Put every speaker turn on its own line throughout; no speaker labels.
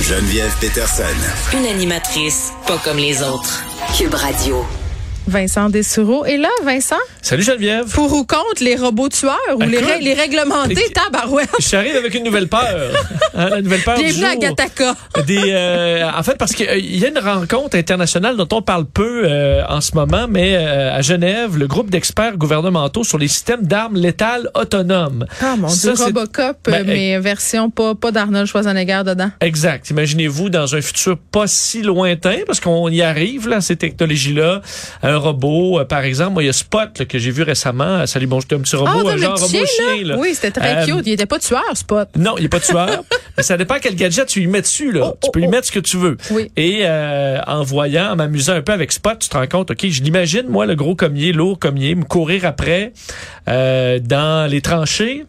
Geneviève Peterson.
Une animatrice pas comme les autres.
Cube Radio.
Vincent Dessureau est là, Vincent.
Salut Geneviève.
Pour ou contre les robots tueurs ou
Ah,
les,
écoute.
rè- les réglementés,
Et-
tabarouette.
J'arrive avec une nouvelle peur. Hein, la nouvelle peur du
Bienvenue
jour.
à Gataka.
Des, euh, en fait, parce qu'il y a une rencontre internationale dont on parle peu euh, en ce moment, mais euh, à Genève, le groupe d'experts gouvernementaux sur les systèmes d'armes létales autonomes.
Ah mon
Ça,
dieu,
c'est-
Robocop,
Ben,
mais version pas, pas d'Arnold Schwarzenegger dedans.
Exact. Imaginez-vous dans un futur pas si lointain, parce qu'on y arrive, là, ces technologies-là. Un robot, euh, par exemple, moi, il y a Spot là, que j'ai vu récemment. Euh, Salut, bon, j'étais un petit robot,
Ah, t'as
un genre robot chien. là.
Oui, c'était très
Euh,
cute. Il était pas tueur, Spot.
Non, il n'est pas tueur. mais ça dépend quel gadget tu y mets dessus. Là.
Oh,
tu
oh,
peux y
oh.
mettre ce que tu veux.
Oui.
Et euh, en voyant, en m'amusant un peu avec Spot, tu te rends compte, OK, je l'imagine, moi, le gros commier, lourd commier, me courir après euh, dans les tranchées.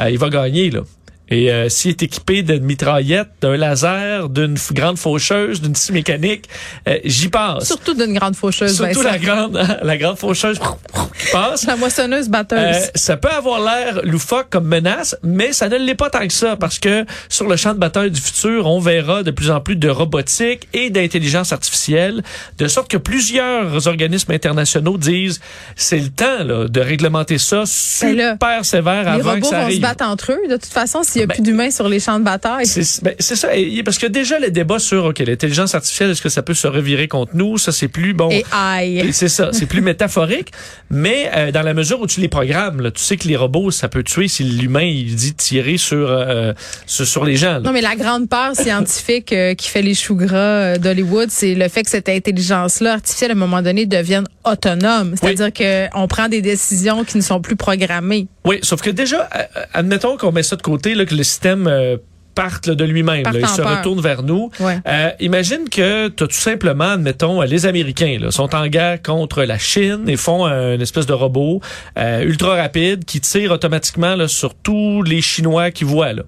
Euh, il va gagner, là. Et euh, s'il est équipé d'une mitraillette, d'un laser, d'une f- grande faucheuse, d'une scie mécanique, euh, j'y passe.
Surtout d'une grande faucheuse,
Surtout
Vincent.
la grande, la grande faucheuse qui passe.
La moissonneuse
Euh,
batteuse.
ça peut avoir l'air loufoque comme menace, mais ça ne l'est pas tant que ça, parce que sur le champ de bataille du futur, on verra de plus en plus de robotique et d'intelligence artificielle, de sorte que plusieurs organismes internationaux disent c'est le temps là, de réglementer ça
Ben là,
super sévère
les
avant que
robots vont
ça
se
arrive.
battre entre eux. De toute façon, s'il n'y a
Ben,
plus d'humains sur les champs de bataille.
C'est ben, c'est ça, et- parce que déjà le débat sur ok l'intelligence artificielle, est-ce que ça peut se revirer contre nous, ça c'est plus bon.
Et aïe.
Et C'est ça, c'est plus métaphorique, mais euh, dans la mesure où tu les programmes, là, tu sais que les robots, ça peut tuer si l'humain il dit tirer sur euh, sur, sur les gens. là.
Non, mais la grande peur scientifique euh, qui fait les choux gras euh, d'Hollywood, c'est le fait que cette intelligence-là artificielle, à un moment donné, devienne autonome. C'est-à-dire qu'on prend des décisions qui ne sont plus programmées.
Oui, sauf que déjà, euh, euh, admettons qu'on met ça de côté, là, que le système euh, parte là, de lui-même, là,
Parte
il
en
se
peur.
retourne vers nous.
Ouais.
Euh, imagine que tu tout simplement, admettons, euh, les Américains là, sont en guerre contre la Chine et font euh, une espèce de robot euh, ultra rapide qui tire automatiquement là, sur tous les Chinois qui voient, là,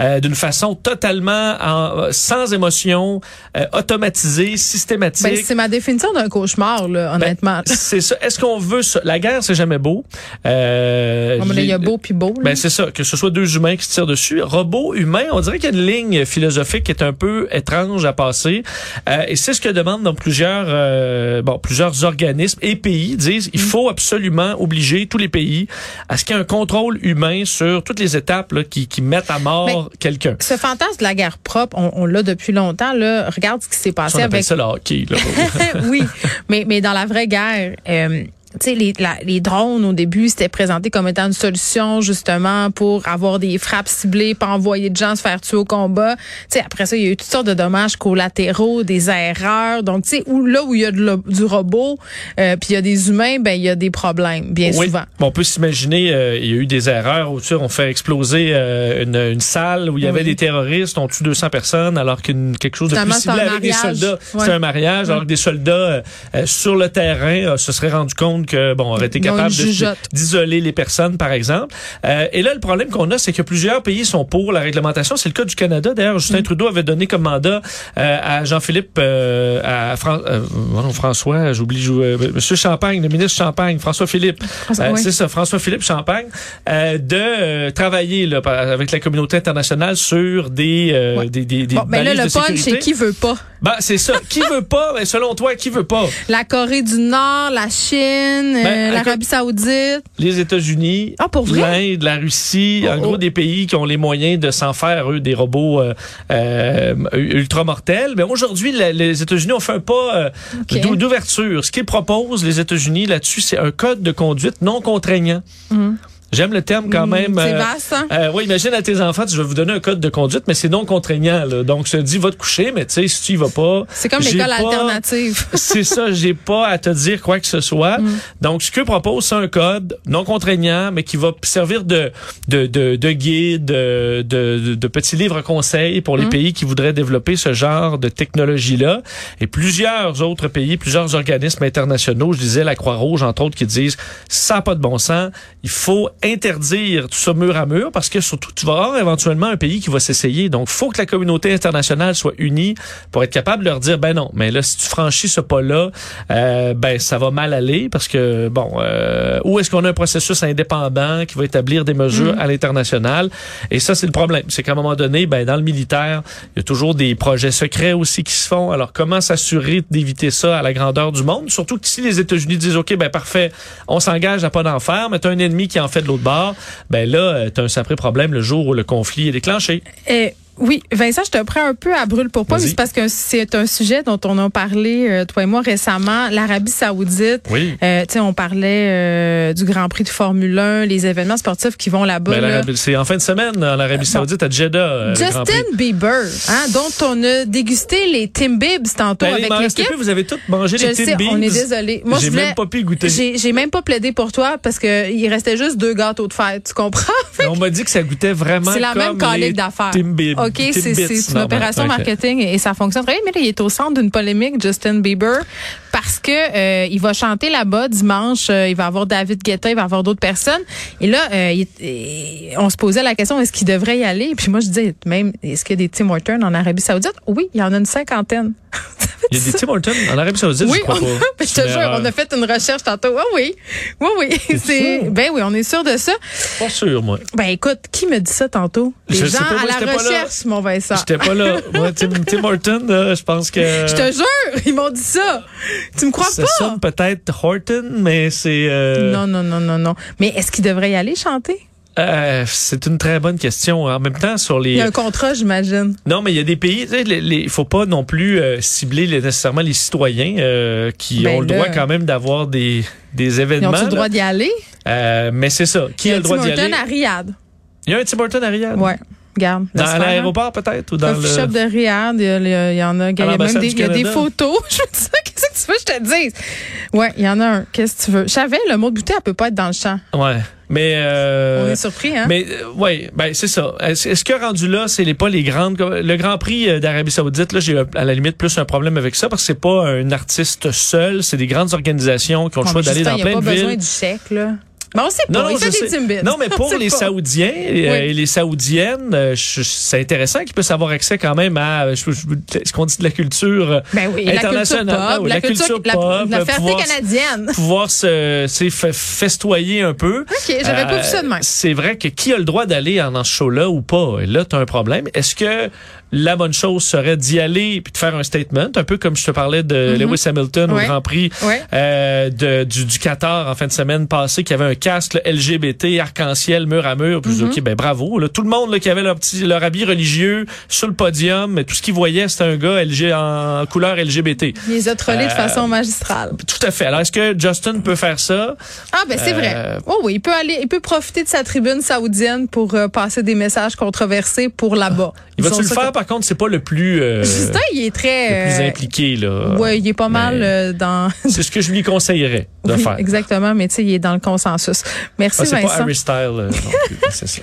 euh, d'une façon totalement en- sans émotion, euh, automatisée, systématique.
Ben, c'est ma définition d'un cauchemar, là,
Ben,
honnêtement.
c'est ça. Est-ce qu'on veut ça? La guerre, c'est jamais beau. Euh,
Non, Ah, mais là, il y a
les-
beau puis beau. là.
ben c'est ça, que ce soit deux humains qui se tirent dessus, robots, humains, on dirait qu'il y a une ligne philosophique qui est un peu étrange à passer. Euh, et c'est ce que demandent dans plusieurs, euh, bon, plusieurs organismes et pays disent, il faut absolument obliger tous les pays à ce qu'il y ait un contrôle humain sur toutes les étapes là, qui, qui mettent à mort quelqu'un.
Ce fantasme de la guerre propre, on, on l'a depuis longtemps. Là. Regarde ce qui s'est
Ça,
passé
on appelle
avec
ça le hockey. Là.
oui, mais, mais dans la vraie guerre, euh, tu sais, les, la- les drones, au début, c'était présenté comme étant une solution, justement, pour avoir des frappes ciblées, pas envoyer de gens se faire tuer au combat. Tu sais, après ça, il y a eu toutes sortes de dommages collatéraux, des erreurs. Donc, tu sais, où, là où il y a de lo- du robot, euh, puis il y a des humains, ben il y a des problèmes, bien
Oui.
souvent.
Mais On peut s'imaginer, euh, il y a eu des erreurs où tu sais, on fait exploser euh, une, une salle où il y avait
Oui.
des terroristes, on tue 200 personnes, alors qu'une quelque chose de plus
Finalement, c'est
ciblé
un
avec des
mariage.
soldats,
Ouais.
c'est un mariage, alors que des soldats euh, euh, sur le terrain euh, se seraient rendu compte que bon, auraient été
Ils ont
capables
une
de-
jugeote.
d'isoler les personnes, par exemple. Euh, et là, le problème qu'on a, c'est que plusieurs pays sont pour la réglementation. C'est le cas du Canada. D'ailleurs,
Mm.
Justin Trudeau avait donné comme mandat euh, à Jean-Philippe, euh, à Fran- euh, voyons, François, j'oublie, jou- euh, Monsieur Champagne, le ministre Champagne, François Philippe.
François-
Euh,
oui.
C'est ça, François Philippe Champagne, euh, de euh, travailler là, par- avec la communauté internationale sur des euh,
Ouais.
des des, des
Bon, mais
balises
là, le
de
punch,
sécurité.
c'est qui veut pas?
Ben, c'est ça. Qui veut pas Ben, Selon toi, qui veut pas
La Corée du Nord, la Chine, euh,
écoute-
l'Arabie Saoudite.
les États-Unis,
Ah, pour vrai?
l'Inde, la Russie,
Oh,
en
oh.
gros des pays qui ont les moyens de s'en faire eux des robots euh, euh, ultra mortels. Mais aujourd'hui, la- les États-Unis ont fait un pas euh,
Ok.
d'ou- d'ouverture. Ce qu'ils proposent les États-Unis là-dessus, c'est un code de conduite non contraignant. J'aime le terme quand
Mm,
même.
c'est
euh,
vaste, hein?
euh, oui, imagine à tes enfants, tu vas vous donner un code de conduite, mais c'est non contraignant. Là. Donc, se dis, va te coucher, mais tu sais, si tu y vas pas.
C'est comme
j'ai
l'école
pas-
alternative.
c'est ça, j'ai pas à te dire quoi que ce soit. Donc, ce que propose, c'est un code non contraignant, mais qui va servir de, de, de, de guide, de, de, de petit livre conseil pour les pays qui voudraient développer ce genre de technologie-là. Et plusieurs autres pays, plusieurs organismes internationaux, je disais la Croix-Rouge, entre autres, qui disent, ça n'a pas de bon sens, il faut interdire tout ça mur à mur parce que surtout, tu vas avoir éventuellement un pays qui va s'essayer. Donc, faut que la communauté internationale soit unie pour être capable de leur dire, ben non, mais là, si tu franchis ce pas-là, euh, ben ça va mal aller parce que, bon, euh, où est-ce qu'on a un processus indépendant qui va établir des mesures à l'international? Et ça, c'est le problème. C'est qu'à un moment donné, ben, dans le militaire, il y a toujours des projets secrets aussi qui se font. Alors, comment s'assurer d'éviter ça à la grandeur du monde? Surtout que si les États-Unis disent, OK, ben parfait, on s'engage à pas d'en faire, mais t'as un ennemi qui en fait de l'autre bord, ben là, euh, t'as un sacré problème le jour où le conflit est déclenché.
Euh, oui, Vincent, je te prends un peu à brûle pour pas, mais
Vas-y.
c'est parce que c'est un sujet dont on a parlé, euh, toi et moi, récemment. L'Arabie Saoudite.
Oui.
Euh, tu sais, on parlait euh, du Grand Prix de Formule 1, les événements sportifs qui vont là-bas.
Ben,
là.
l'Arabie- c'est en fin de semaine en Arabie Saoudite à Jeddah. euh, le Grand Prix.
Justin Bieber, hein, dont on a dégusté les Tim Bibbs tantôt
Ben, il m'en
avec
restait
l'équipe.
plus, vous avez tous mangé
Je
les
sais,
Timbits.
on est désolé. Moi,
J'ai
je voulais-
même pas pu y goûter.
J'ai j'ai même pas plaidé pour toi parce que il restait juste deux gâteaux de fête, tu comprends?
Et On m'a dit que ça goûtait vraiment
C'est la
comme
même calique
les
d'affaires.
Timbits.
OK, c'est-
Timbits,
c'est une
normal.
opération
Ok.
marketing et, et ça fonctionne très bien. Mais là, il est au centre d'une polémique, Justin Bieber, parce que euh, il va chanter là-bas dimanche. euh, il va avoir David Guetta, il va avoir d'autres personnes. Et là, euh, il- et on se posait la question, est-ce qu'il devrait y aller? Puis moi, je disais, même, est-ce qu'il y a des Tim Hortons en Arabie Saoudite? Oui, il y en a une cinquantaine. Ça veut
Il y a des Tim Hortons en Arabie Saoudite,
oui,
je crois
on a-
pas.
je te
Mais,
jure,
euh,
on a fait une recherche tantôt. Ah oui, oui, oui. C'est,
sûr?
ben oui, on est sûr de ça.
Pas sûr, moi.
Ben écoute, qui me dit ça tantôt? Les
Je
gens
sais pas, moi,
à
j'étais
la
pas là.
recherche, mon Vincent.
J'étais pas là. Moi, Tim, Tim Horton, euh, je pense que.
Je te jure, ils m'ont dit ça. Tu me crois
ça
pas?
sonne peut-être Horton, mais c'est. euh,
Non, non, non, non, non. Mais est-ce qu'ils devraient y aller chanter?
euh, c'est une très bonne question. En même temps, sur les.
Il y a un contrat, j'imagine.
Non, mais il y a des pays. tu sais, les- les- Il faut pas non plus euh, cibler les- nécessairement les citoyens euh, qui
Ben
ont le
là.
droit quand même d'avoir des des
Ils
événements.
ont-tu le
là.
droit d'y aller?
Euh, mais c'est ça. Qui
Il y
a le
Tim
droit d'y
Hortons
aller
à Riyad.
Il y a un Tim Horton à Riyad.
Ouais. Regarde.
Dans,
laisse
à
faire, hein.
l'aéroport peut-être ou dans
Coffee shop
le.
de Riyad, il y, a- il y a- il y en a. Il y a même
l'ambassade
des,
du
il y a des
Canada.
photos. Je veux dire, qu'est-ce que tu veux que je te dise? Ouais, il y en a un. Qu'est-ce que tu veux? Je savais, le mot de bouteille, elle peut pas être dans le champ.
Ouais. Mais. euh,
On est surpris, hein?
Mais euh, ouais, ben c'est ça. Est-ce est-ce que rendu là, c'est les pas les grandes le Grand Prix euh, d'Arabie Saoudite là, j'ai euh, à la limite plus un problème avec ça parce que c'est pas un artiste seul, c'est des grandes organisations qui ont le
Bon,
choix
Justin,
d'aller dans
il y
plein
a pas
de
besoin
villes.
du chèque, là. Mais on sait pas.
Non,
il
non,
fait
je
des
sais.
Timbits.
non, mais
On
pour
sait
les
pas.
Saoudiens euh,
Oui.
et les Saoudiennes, euh, je- je- c'est intéressant qu'ils puissent avoir accès quand même à euh, je- je- ce qu'on dit de la culture euh,
Ben oui, la culture
internationale,
pop,
Ah oui,
la culture, la,
pop,
la
euh,
fierté
pouvoir-
canadienne.
pouvoir se tu sais, fe- festoyer un peu.
OK, j'avais pas vu ça de même.
Euh, C'est vrai que qui a le droit d'aller en, en ce show-là ou pas? Et là, tu as un problème. Est-ce que la bonne chose serait d'y aller puis de faire un statement, un peu comme je te parlais de Lewis Hamilton
Mhm. Ouais.
au Grand Prix
Ouais.
euh, de, du, du Qatar en fin de semaine passée, qui avait un casque là, LGBT, arc-en-ciel, mur à mur. Puis je
Mhm.
dis, OK, ben bravo. Là, tout le monde là, qui avait leur, petit, leur habit religieux sur le podium, mais tout ce qu'ils voyaient, c'était un gars LG, en couleur LGBT.
Il les a trollés de
Euh,
façon magistrale.
Tout à fait. Alors, est-ce que Justin peut faire ça?
Ah ben c'est
euh,
vrai. Oh oui, il peut aller, il peut profiter de sa tribune saoudienne pour euh, passer des messages controversés pour là-bas.
Ah,
Ils
Il va-tu
ont
le
ça
faire? Par contre, c'est pas le plus, euh,
comme- Justin, il est
le
très
plus
euh,
impliqué. Là.
Ouais, il est pas mal
Mais
euh, dans
C'est ce que je lui conseillerais de
Oui,
faire.
exactement, mais tu sais, il est dans le consensus. Merci
Ah, c'est pas
Vincent.
Harry Style. euh, non plus. c'est ça.